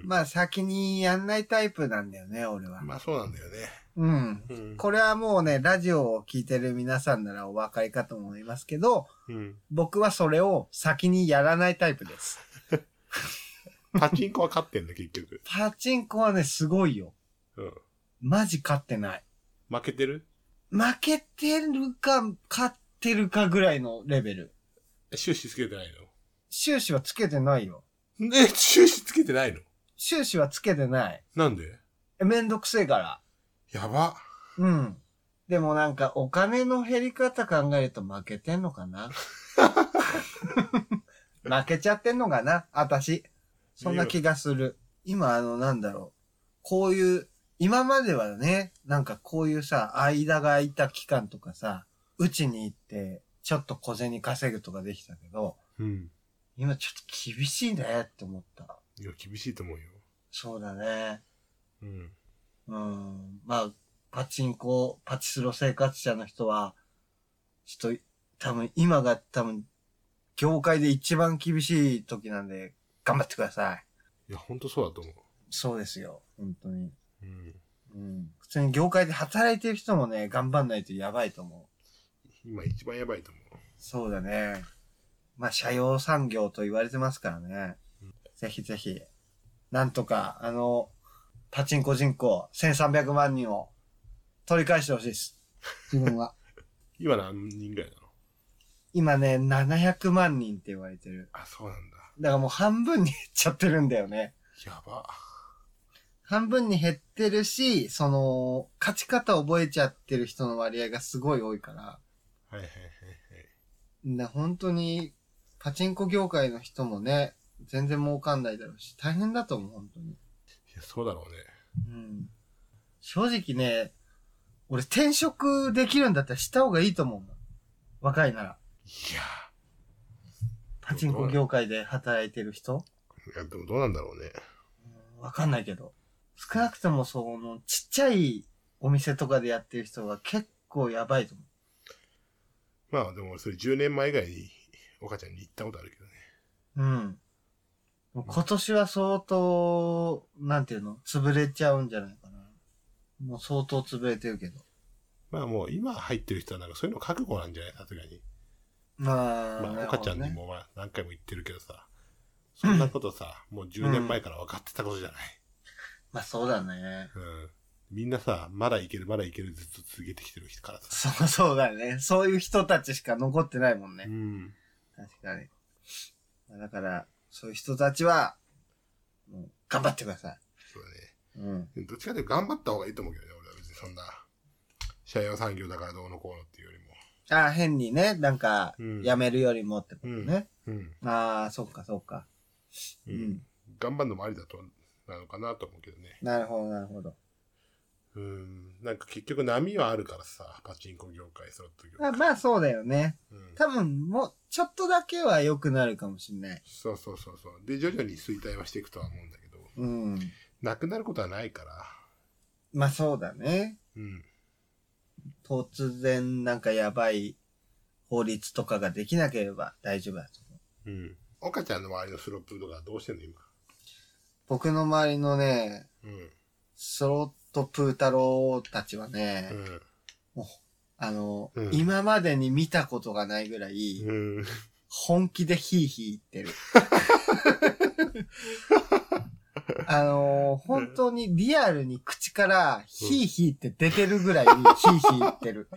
D: まあ先にやんないタイプなんだよね、俺は。
C: まあそうなんだよね。
D: うん。
C: うん。
D: これはもうね、ラジオを聞いてる皆さんならお分かりかと思いますけど、
C: うん、
D: 僕はそれを先にやらないタイプです。
C: パチンコは勝ってんだ、結局。
D: パチンコはね、すごいよ。
C: うん。
D: マジ勝ってない。
C: 負けてる
D: 負けてるか、勝ってるかぐらいのレベル。
C: 収支つけてない
D: 収支はつけてないよ。
C: のね、収支つけてないの
D: 収支はつけてない。
C: なんで
D: えめんどくせえから。
C: やば。
D: うん。でもなんか、お金の減り方考えると負けてんのかな負けちゃってんのかな私。そんな気がする。今、あの、なんだろう。こういう、今まではね、なんかこういうさ、間が空いた期間とかさ、うちに行って、ちょっと小銭稼ぐとかできたけど、
C: うん。
D: 今ちょっと厳しいねって思った。
C: いや、厳しいと思うよ。
D: そうだね。
C: うん。
D: うんまあ、パチンコ、パチスロ生活者の人は、ちょっと、多分今が多分、業界で一番厳しい時なんで、頑張ってください。
C: いや、ほんとそうだと思う。
D: そうですよ、本当に。
C: うん。
D: うん。普通に業界で働いてる人もね、頑張んないとやばいと思う。
C: 今一番やばいと思
D: そうだね。まあ、社用産業と言われてますからね。ぜひぜひ、なんとか、あの、パチンコ人口1300万人を取り返してほしいです。 自分は。
C: う。今何人ぐらいなの
D: 今ね、700万人って言われてる。
C: あ、そうなんだ。
D: だからもう半分に減っちゃってるんだよね。
C: やば。
D: 半分に減ってるし、その、勝ち方覚えちゃってる人の割合がすごい多いから、
C: はいはいはい。
D: な本当に、パチンコ業界の人もね、全然儲かんないだろうし、大変だと思う、本当に。
C: いや、そうだろうね。
D: うん。正直ね、俺転職できるんだったらした方がいいと思うもん。若いなら。
C: いや
D: パチンコ業界で働いてる人
C: いや、でもどうなんだろうね。
D: わかんないけど。少なくともその、ちっちゃいお店とかでやってる人が結構やばいと思
C: まあでも俺それ10年前以外に、岡ちゃんに行ったことあるけどね。
D: う。うん。もう今年は相当、なんていうの潰れちゃうんじゃないかな。もう相当潰れてるけど。
C: まあもう今入ってる人はなんかそういうの覚悟なんじゃないさすがに。
D: まあ、
C: ま
D: な
C: あ
D: る
C: 岡
D: ほ
C: ちゃ
D: ど
C: んに
D: ね。
C: もまあ何回も言ってるけどさ。そんなことさ、もう10年前から分かってたことじゃない。
D: まあそうだね。
C: うん。みんなさ、まだいけるまだいけるずっと続けてきてる人からさ。
D: そうそうだね。そういう人たちしか残ってないもん
C: う
D: ね。
C: ん。
D: 確かに。まあだから、そういう人たちは、もう頑張ってくださ
C: そう
D: い。
C: だ
D: うん。
C: ね。どっちかというと頑張った方がいいと思うけどね、俺は別にそんな。社用産業だからどうのこうのっていうよりも。
D: ああ、変にね、なんか
C: う、ん
D: やめるよりもってことね。
C: うん。
D: ああ、そっかそっか。
C: う
D: うん
C: ん。頑張るのもありだと、なのかなと思うけどね。
D: なるほど、なるほど。
C: うん。なんか結局波はあるからさ、パチンコ業界、スロット業界。
D: あまあそうだよね。
C: うん、
D: 多分、もう、ちょっとだけは良くなるかもしれない。
C: そうそうそうそう。で、徐々に衰退はしていくとは思うんだけど、
D: うん。
C: なくなることはないから、
D: まあそうだね。
C: うん。
D: 突然、なんかやばい法律とかができなければ大丈夫だと思う。
C: うん。岡ちゃんの周りのスロップとかどうしてんの今。
D: 僕の周りのね、
C: うん。
D: スロットプータローたちはね、
C: うん。
D: あの、
C: うん
D: 今までに見たことがないぐらい、
C: うん。
D: 本気でヒーヒー言ってる。あのー本当にリアルに口からヒーヒーって出てるぐらいヒーヒー言ってる。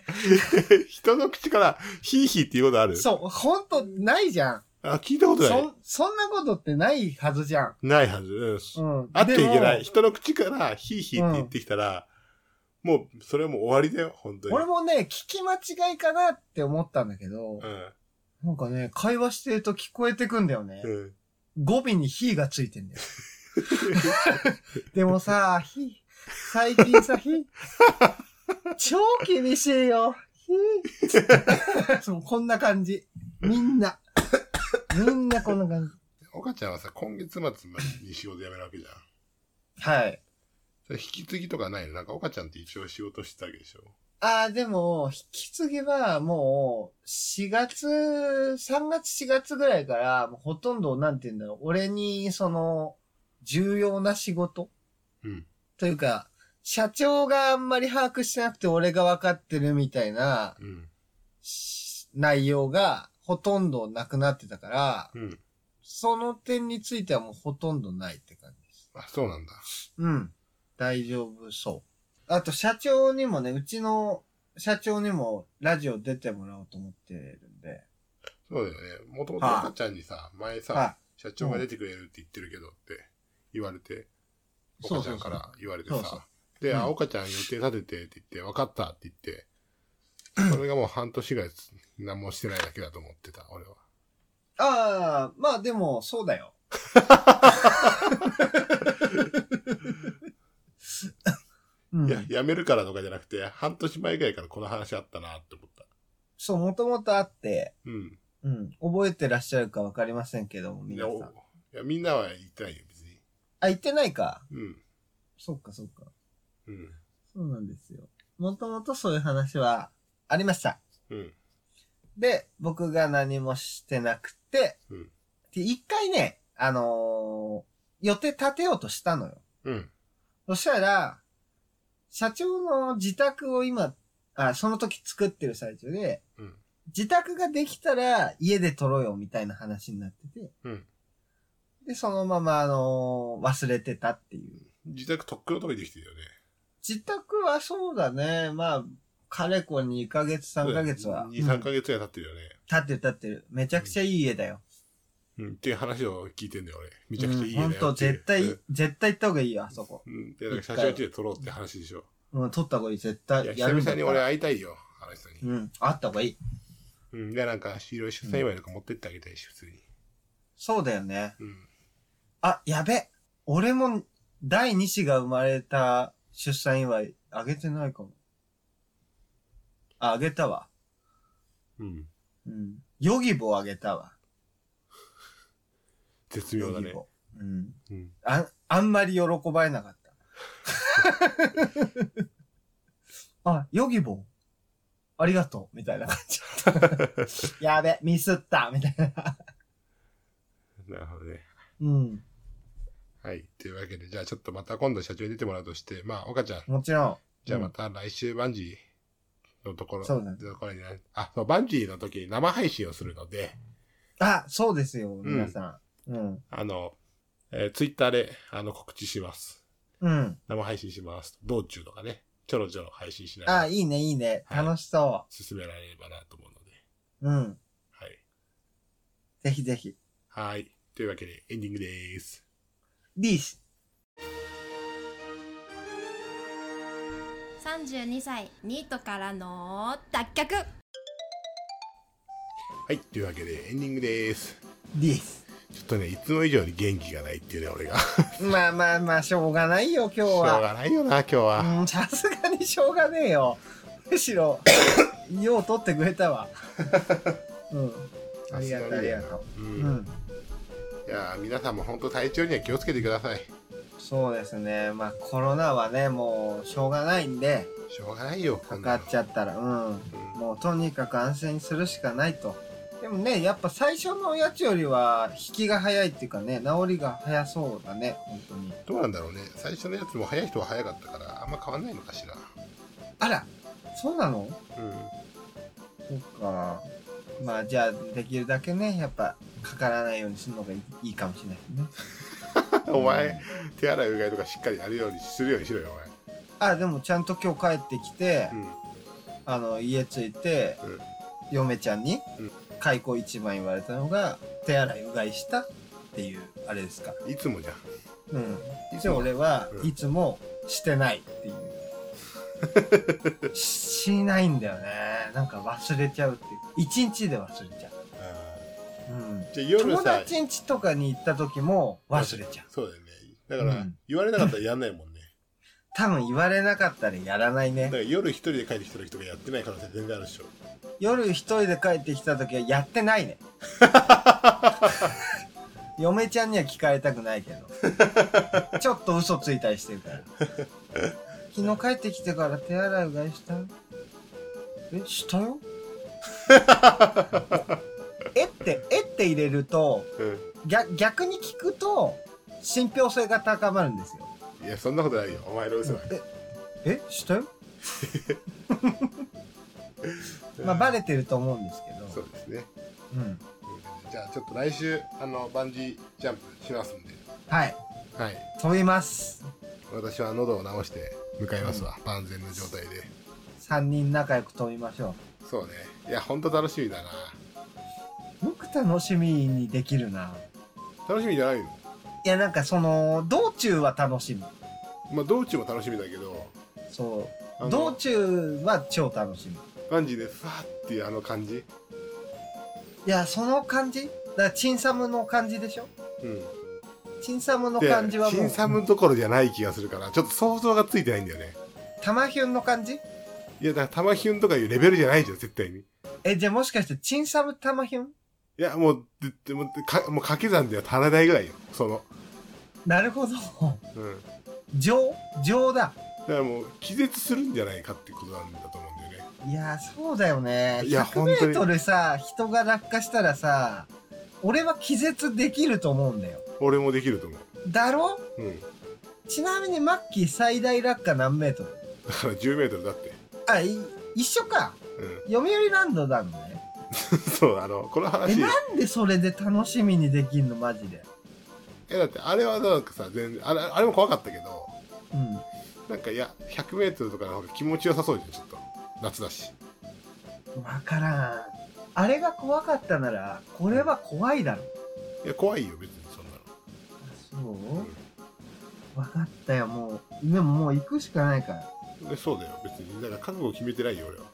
C: 人の口から、ヒーヒーっていうことある
D: そう、本当ないじゃん。
C: あ、聞いたことない。
D: そ、そんなことってないはずじゃん。
C: ないはず。うん。
D: うん。
C: あっちゃいけな
D: で
C: い。人の口から、ヒーヒーって言ってきたら、もう、それはもう終わりだよ、本当に。
D: も。俺もね、聞き間違いかなって思ったんだけど、
C: うん。
D: なんかね、会話してると聞こえてくんだよね。
C: うん。
D: 語尾に火がついてんだよ。でもさ、火、最近さ、火、超厳しいよ。火。そう、こんな感じ。みんな。みんなこんな感
C: 岡ちゃんはさ、今月末までに仕事辞めるわけじゃん。
D: じ。はい。
C: それ引き継ぎとかないのなんか、岡ちゃんって一応仕事してたわけでしょ。
D: ああ、でも、引き継ぎはもう、4月、3月4月ぐらいから、もうほとんど、なんて言うんだろう、俺に、その、重要な仕事
C: うん。
D: というか、社長があんまり把握してなくて俺が分かってるみたいな
C: うん。
D: し内容がほとんどなくなってたから、
C: うん。
D: その点についてはもうほとんどないって感じです。
C: あ、そうなんだ。
D: うん。大丈夫そう。あと社長にもね、うちの社長にもラジオ出てもらおうと思ってるんで。
C: そうだよね。もともと
D: はい
C: 岡ちゃんにさ、前さ、
D: は
C: 社長が出てくれるって言ってるけどって言われて、
D: そうそ
C: 岡ち
D: う
C: ゃ
D: そうん
C: から言われて
D: そうそう
C: さ、で、
D: う
C: あ、
D: ん
C: 岡ちゃん予定立ててって言って、分かったって言って、それがもう半年ぐらい何もしてないだけだと思ってた、俺は。
D: ああ、まあでも、そう だよ。うん
C: いや、辞めるからとかじゃなくて、半年前ぐらいからこの話あったなって思った。
D: そう、もともとあって、
C: うん。
D: うん、覚えてらっしゃるかわかりませんけども、
C: い
D: 皆
C: や、
D: さん。
C: おいやみんなは言ってないよ、別に。
D: あ、言ってないか。
C: うん。
D: そっかそっか。
C: うん。
D: そうなんですよ。もともとそういう話はありました。
C: うん。
D: で、僕が何もしてなくて、
C: うん
D: で、一回ね、あのー予定立てようとしたのよ。
C: うん。
D: そしたら、社長の自宅を今、あ、その時作ってる最中で、
C: うん。
D: 自宅ができたら家で撮ろうよみたいな話になってて、
C: うん
D: で、そのまま、あのー忘れてたっていう。
C: 自宅とっくのとこにできてるよね。
D: 自宅はそうだね、まあ、かれこ2ヶ月、3ヶ月は。
C: 2、3
D: うん
C: ヶ月ぐらい経ってるよね。
D: 経ってる経ってる。めちゃくちゃいい家だよ。
C: うん。っていう話を聞いてんだよ、俺。めちゃくちゃい
D: うん、
C: い家だ
D: ほ
C: よ
D: んと、絶
C: う
D: 対
C: ん、
D: 絶対行った方がいいよ、あそこ。
C: うん。で、なんか写真をで撮ろうって話でしょ。
D: うん、撮った方がいい、絶
C: いや、
D: 対。や
C: 久
D: るんだ
C: 々
D: った
C: に
D: ら
C: 俺会いたいよ、あの人に。
D: うん、あった方がいい。
C: うん。で、なんか、いろいろ出産祝いとか持ってってあげたいし、普通に。
D: そうだよね。
C: うん。
D: あ、やべ。俺も第2子が生まれた出産祝いあげてないかも。あ、あげたわ。
C: うん。
D: うん。ヨギボあげたわ。
C: 絶妙だね。
D: ボ。うん。
C: うん。
D: あ、あんまり喜ばれなか った。あ、ヨギボありがとう。みたいな感じだった。やべ、ミスった。みたいな。
C: なるほどね。
D: うん。
C: はい。というわけで、じゃあちょっとまた今度社長に出てもらうとして、まあ、岡ちゃん、
D: もちろん。
C: じゃあまた来週バンジーのところ、
D: そうだね
C: ところにね、あ、そう、バンジーの時に生配信をするので、
D: あ、そうですよ、皆さん。うん。
C: あの、えツイッター Twitter で、あの、告知します。
D: うん。
C: 生配信します。道中とかね、ちょろちょろ配信しなが
D: あ、
C: ら
D: いいね、いいね。
C: はい
D: 楽しそ
C: 進められればなと思うので、
D: う。うん。
C: はい。
D: ぜひぜひ。
C: はい。というわけで、エンディングです。
D: です。
E: 32歳ニートからの脱却
C: はい。というわけで、エンディングです。
D: です。
C: ちょっとね、いつも以上に元気がないっていうね、俺が。し
D: まあまあまあ、しょうがないよ、今日
C: ょう
D: は。
C: がないよな、今日は。
D: うん、さすがにしょうがねえよ。むしろ、よう取ってくれた わ。うん。ありがとう、ありがと
C: う
D: う。
C: ん。
D: うん。
C: いやー皆さんも本当体調には気をつけてください。
D: そうですね。まあ、コロナはね、もう、しょうがないんで、
C: しょうがないよ、こ
D: か
C: ん
D: か
C: なの
D: っちゃったら、うん。
C: うん
D: もう、とにかく安静にするしかないと。でもね、やっぱ最初のやつよりは、引きが早いっていうかね、治りが早そうだね、本当に。
C: どうなんだろうね。最初のやつも早い人は早かったから、あんま変わんないのかしら。
D: あら、そうなの
C: うん。
D: そっか。まあじゃあできるだけね、やっぱかからないようにするのがいいいいかもしれないね。
C: お前、手洗いうがいとかしっかりやるようにするようにしろよ、
D: あ、でもちゃんと今日帰ってきて
C: お、前。うん。
D: あの、家着いて、
C: うん
D: 嫁ちゃんに
C: うん、
D: 開口一番言われたのが、手洗いうがいしたっていう、あれですか。
C: いつもじゃん。
D: うん。
C: いつ
D: で、
C: も
D: 俺は
C: うん
D: いつもしてないっていう。 ししないんだよね。なんか忘れちゃうっていう。一日で忘れちゃう。うん。
C: じゃあ夜
D: 友
C: さ、
D: 達ん家とかに行った時も忘れちゃう。
C: そうだよね。だから、
D: うん
C: 言われなかったらやんないもんね。
D: 多分言われなかったらやらない
C: だ
D: ね
C: か。ら夜一人で帰ってきた時とかやってない可能性全然あるでしょ。
D: 夜一人で帰ってきた時はやってないね。嫁ちゃんには聞かれたくないけどちょっと嘘ついたりしてるから昨日帰ってきてから手洗いうがいしたえした よえってえって入れると
C: う
D: 逆逆に聞くと信憑性が高まるんですよ
C: ん。いや、そんなことないよ。お前の嘘だ。
D: えした よまあバレてると思うんですけど
C: そうですね。
D: うん
C: うんじゃあ、ちょっと来週、あの、バンジージャンプしますんで。
D: はい
C: はい。
D: 飛びます
C: 私は喉を治して向かいますわ。万全の状態で。
D: 3人仲良く飛びましょ
C: そうね。いや、ほんと楽しみだな。
D: うよく楽しみにできるな
C: 楽しみじゃないの
D: いやなんかその道中は楽しみ
C: まあ、道中も楽しみだけど、
D: そ
C: あの
D: う道中は超楽しみ
C: バンジーでふわっていうあの感じ。
D: いやその感じだからチンサムの感じでしょ
C: うん。
D: チンサムの
C: で
D: 感じはも
C: 新
D: う
C: サムどころじゃない気がするから、ちょっと想像がついてないんだよね。
D: タマヒュンの感じ
C: いや、だから、玉ひゅんとかいうレベルじゃないじゃん、絶対に。い
D: えじゃあもしかしてチンサムタマヒュン
C: や、もう、ででもう、かもう掛け算では足らないぐらいよ、その。
D: なるほど
C: うん。だ
D: 情情だ
C: からもう、気絶するんじゃないかってことなんだと思うんだよね。
D: いやそうだよね
C: いや本当に
D: 100m さ人が落下したらさ俺は気絶できると思うんだよ
C: 俺もできると思う。
D: だろ
C: うん。だ
D: ちなみにマッキー最大落下何メートル
C: から10メートルだって。
D: あい一緒か
C: うん。
D: 読売ランドだのね
C: そう、あの、この
D: え
C: 話。
D: なんでそれで楽しみにできんのマジで
C: え、だって、あれはなんかさ、全然、あれ、あれも怖かったけど、
D: うん
C: なんか、いや、100メートルとかの方が気持ちよさそうじゃん、ちょっと。夏だし。
D: わからんあれが怖かったならこれは怖いだろ
C: いや、怖いよ、別に、そんなの。
D: そうわかったよもうでももう行くしかないから
C: えそうだよ、別に。だから、覚悟決めてないよ、俺は。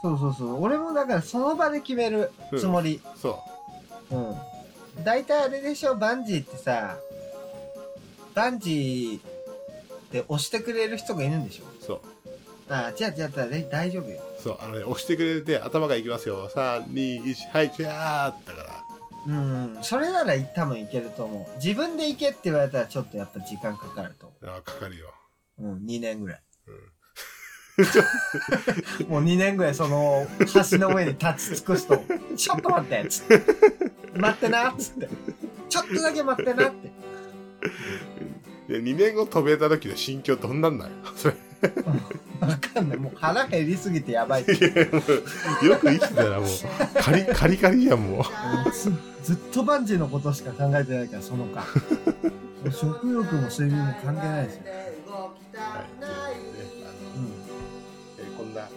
D: そうそうそう俺もだからその場で決めるつもり
C: そ
D: うん、大体あれでしょバンジーってさバンジーって押してくれる人がいるんでしょ
C: う、そう。
D: ああじゃあじゃあじゃあで大丈夫よ
C: そう、あのね、押してくれて、頭がいきますよ。3、2、1、はい、キャーだか
D: う
C: ら。
D: んそれなら多分いけると思う自分で行けって言われたらちょっとやっぱ時間かかると思
C: あーかかるよ。
D: ううん2年ぐらい、もう2年ぐらいその橋の上に立ち尽くす と「ちょっと待って」つって「待ってな」っつって「ちょっとだけ待ってな」って
C: で、2年後飛べた時の心境どんなんだよ。それ、
D: わかんないもう腹減りすぎてやばい
C: よく生きてたらもう、カリ、カリカリやん、もう。
D: ずずっとバンジーのことしか考えてないからその間 もう食欲も睡眠も関係ないですよ、
C: はい、ということでね、あ
D: う
C: の、
D: ん、
C: えーこんな、えー我々です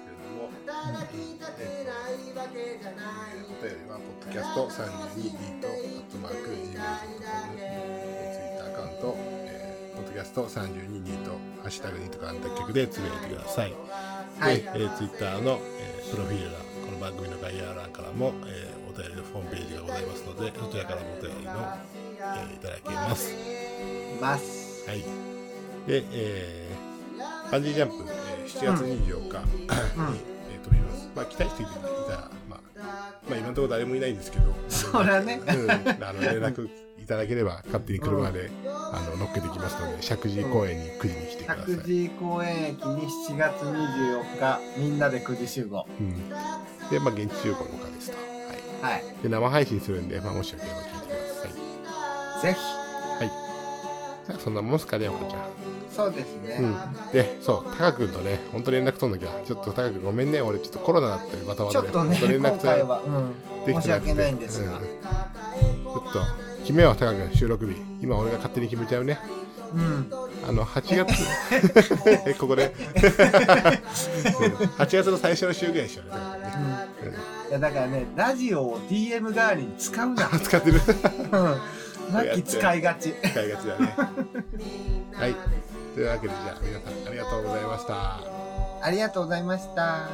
C: けれども、お便りは、ポッドキャスト 32D と、アットマーク、gmail.com、えー Twitter アカウント、えーポッドキャスト 32D と、ハッシュタグにとか、あんた曲でつぶやいてください。
D: はい
C: で、えー、ツイッターの、えープロフィール欄この番組の概要欄からも、えーお便りのホームページがございますのでそちらからもお便りの、えーいただけます
D: ます
C: はいで、えーバンジージャンプ、えー7月24日に、
D: うん
C: えー飛びますまあ来たい人いたら、まあ、まあ今のところ誰もいないんですけど
D: そりゃね
C: うんあの連絡いただければ勝手に車で、あの乗っけてきますので石神井公園に9時に来てください、
D: 石神井公園駅に7月24日みんなで9時集合
C: うん、でまあ現地集合の丘ですとはい
D: はい
C: で生配信するんで、まあ、もしよければ聞いてく
D: ぜひ
C: ださい。はい。じゃあ、そんなもんすかね、おこちゃ
D: そうですね、
C: ん。うん。で、そう、タカ君とね、本当連絡取んなきゃ。ちょっとタカ君ごめんね、俺ちょっとコロナだったり、バタバ
D: ちょ
C: タ
D: っ
C: で。
D: とね
C: 本当
D: 今回
C: 連絡取
D: は、うん、
C: れ
D: 申し訳ないんですが
C: うんちょっと、決めよう、タカ君、収録日。今俺が勝手に決めちゃうね。
D: うん
C: あの、8月、 えここで。うん8月の最初の週ぐらいでしょ、ね。多分ね
D: いやだからねラジオを DM 代わりに使 うな
C: あ使って
D: う
C: る。
D: んマッキー使いがち
C: 使いがちだね。はい。というわけで、じゃあ、皆さんありがとうございました。
D: ありがとうございました